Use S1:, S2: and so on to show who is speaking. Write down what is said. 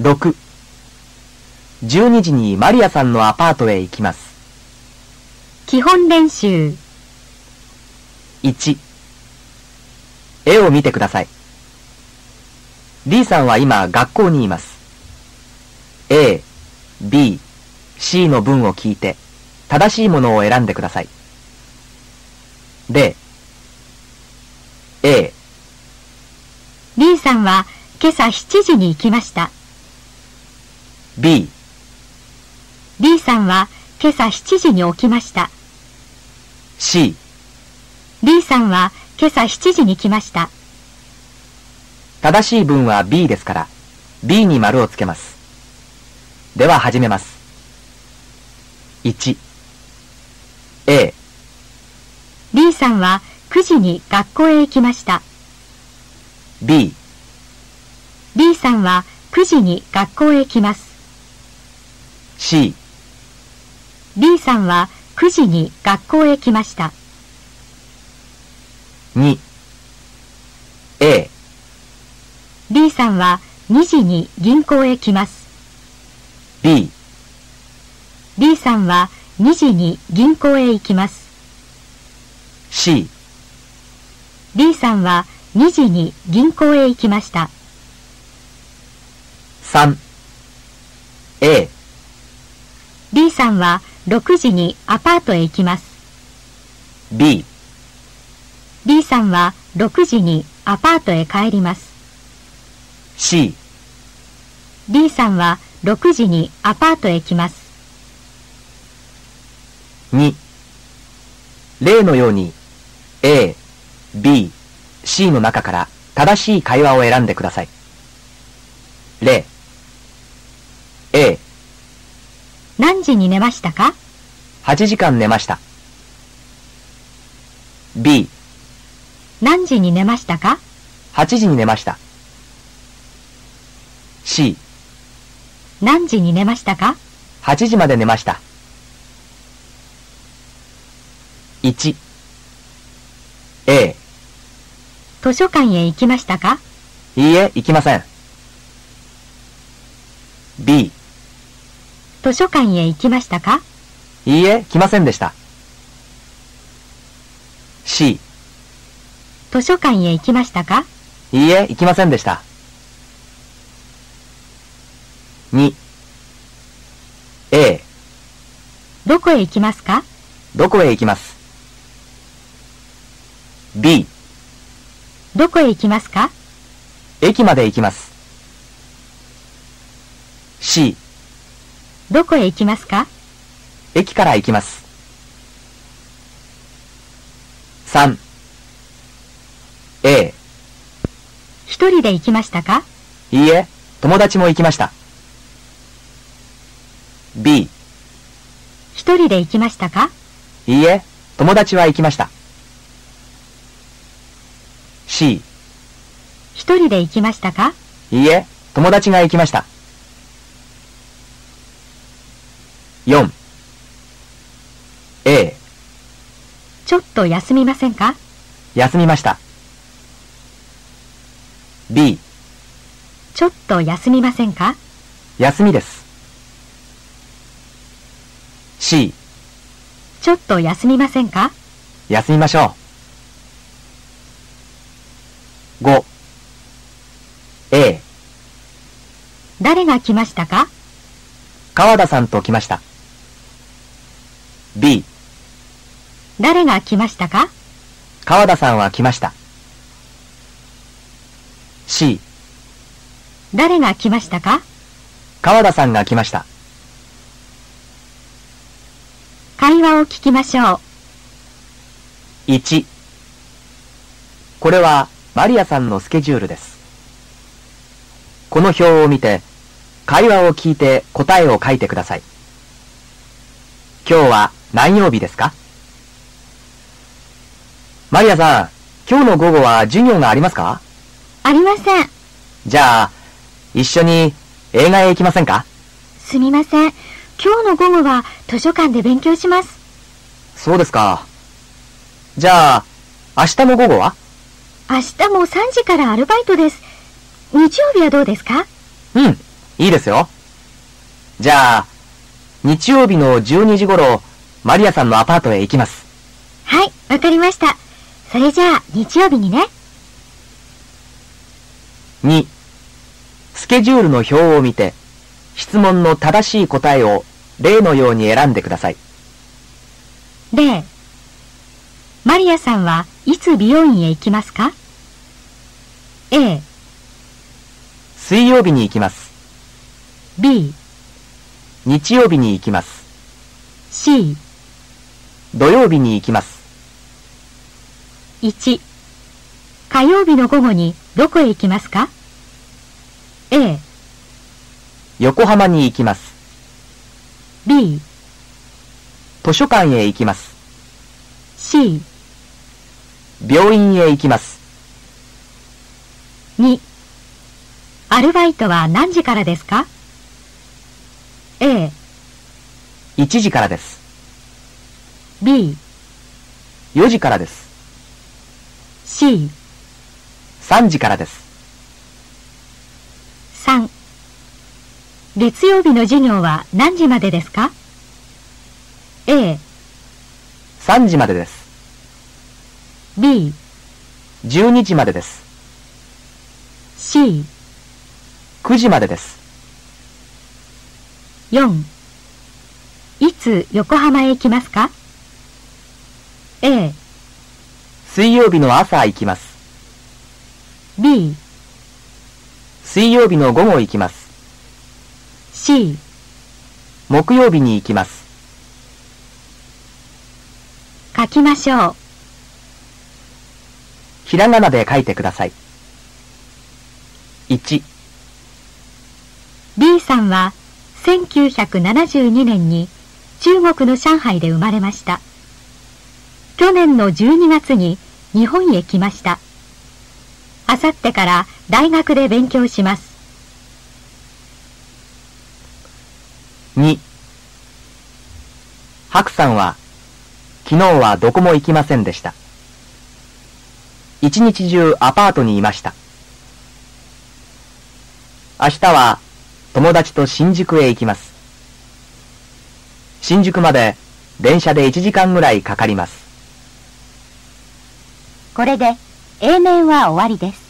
S1: 6 12時にマリアさんのアパートへ行きます。
S2: 基本練習、
S1: 1絵を見てください。D さんは今学校にいます。A、B、C の文を聞いて正しいものを選んでください。0 A、
S2: B さんは今朝7時に行きました。
S1: B、
S2: B さんは今朝7時に起きました。
S1: C、
S2: B さんは今朝7時に来ました。
S1: 正しい文は B ですから、B に丸をつけます。では始めます。1、A、
S2: B さんは9時に学校へ行きました。
S1: B、
S2: B さんは9時に学校へ行きます。
S1: C、
S2: B さんは9時に学校へ来ました。
S1: 2、A、
S2: B さんは2時に銀行へ来ます。
S1: B、
S2: B さんは2時に銀行へ行きます。
S1: C、
S2: B さんは2時に銀行へ行きました。
S1: 3、A、
S2: B さんは6時にアパートへ行きます。
S1: B、
S2: B さんは6時にアパートへ帰ります。
S1: C、
S2: B さんは6時にアパートへ来ます。
S1: 2。例のように、A、B、C の中から正しい会話を選んでください。例 A、
S2: 何時に寝ましたか
S1: 8時間寝ました。B、
S2: 何時に寝ましたか
S1: 8時に寝ました。C、
S2: 何時に寝ましたか
S1: 8時まで寝ました。1、A、
S2: 図書館へ行きましたか
S1: いいえ、行きません。B、
S2: 図書館へ行きましたか
S1: いいえ、来ませんでした。C、
S2: 図書館へ行きましたか
S1: いいえ、行きませんでした。2、A、
S2: どこへ行きますか
S1: どこへ行きます ?B、
S2: どこへ行きますか
S1: 駅まで行きます。C、
S2: どこへ行きますか
S1: 駅から行きます。3、A、
S2: 一人で行きましたか
S1: いいえ、友達も行きました。B、
S2: 一人で行きましたか
S1: いいえ、友達は行きました。C、
S2: 一人で行きましたか
S1: いいえ、友達が行きました。4 A、
S2: ちょっと休みませんか
S1: 休みました。B、
S2: ちょっと休みませんか
S1: 休みです。C、
S2: ちょっと休みませんか
S1: 休みましょう。5 A、
S2: 誰が来ましたか
S1: 川田さんと来ました。B、
S2: 誰が来ましたか
S1: 川田さんは来ました。C、
S2: 誰が来ましたか
S1: 川田さんが来ました。
S2: 会話を聞きましょう。
S1: 1これはマリアさんのスケジュールです。この表を見て、会話を聞いて答えを書いてください。今日は何曜日ですかマリアさん、今日の午後は授業がありますか
S2: ありません。
S1: じゃあ、一緒に映画へ行きませんか
S2: すみません。今日の午後は図書館で勉強します。
S1: そうですか。じゃあ、明日の午後は
S2: 明日も3時からアルバイトです。日曜日はどうですか
S1: うん、いいですよ。じゃあ、日曜日の12時頃、マリアさんのアパートへ行きます。
S2: はい、わかりました。それじゃあ、日曜日にね。
S1: 2、スケジュールの表を見て、質問の正しい答えを例のように選んでください。
S2: 0マリアさんはいつ美容院へ行きますか ?A、
S1: 水曜日に行きます。
S2: B、
S1: 日曜日に行きます。
S2: C、
S1: 土曜日に行きます。
S2: 1火曜日の午後にどこへ行きますか ?A、
S1: 横浜に行きます。
S2: B、
S1: 図書館へ行きます。
S2: C、
S1: 病院へ行きます。
S2: 2アルバイトは何時からですか ?A、
S1: 1時からです。
S2: B、
S1: 4時からです。
S2: C、
S1: 3時からです。
S2: 3月曜日の授業は何時までですか ?A、
S1: 3時までです。
S2: B、
S1: 12時までです。
S2: C、
S1: 9時までです。
S2: 4いつ横浜へ行きますか ?A、
S1: 水曜日の朝行きます。
S2: B、
S1: 水曜日の午後行きます。
S2: C、
S1: 木曜日に行きます。
S2: 書きましょう。
S1: ひらがなで書いてください。1、
S2: B さんは1972年に中国の上海で生まれました。去年の12月に日本へ来ました。あさってから大学で勉強します。
S1: 2、白さんは、昨日はどこも行きませんでした。一日中アパートにいました。明日は友達と新宿へ行きます。新宿まで電車で1時間ぐらいかかります。
S2: これで A 面は終わりです。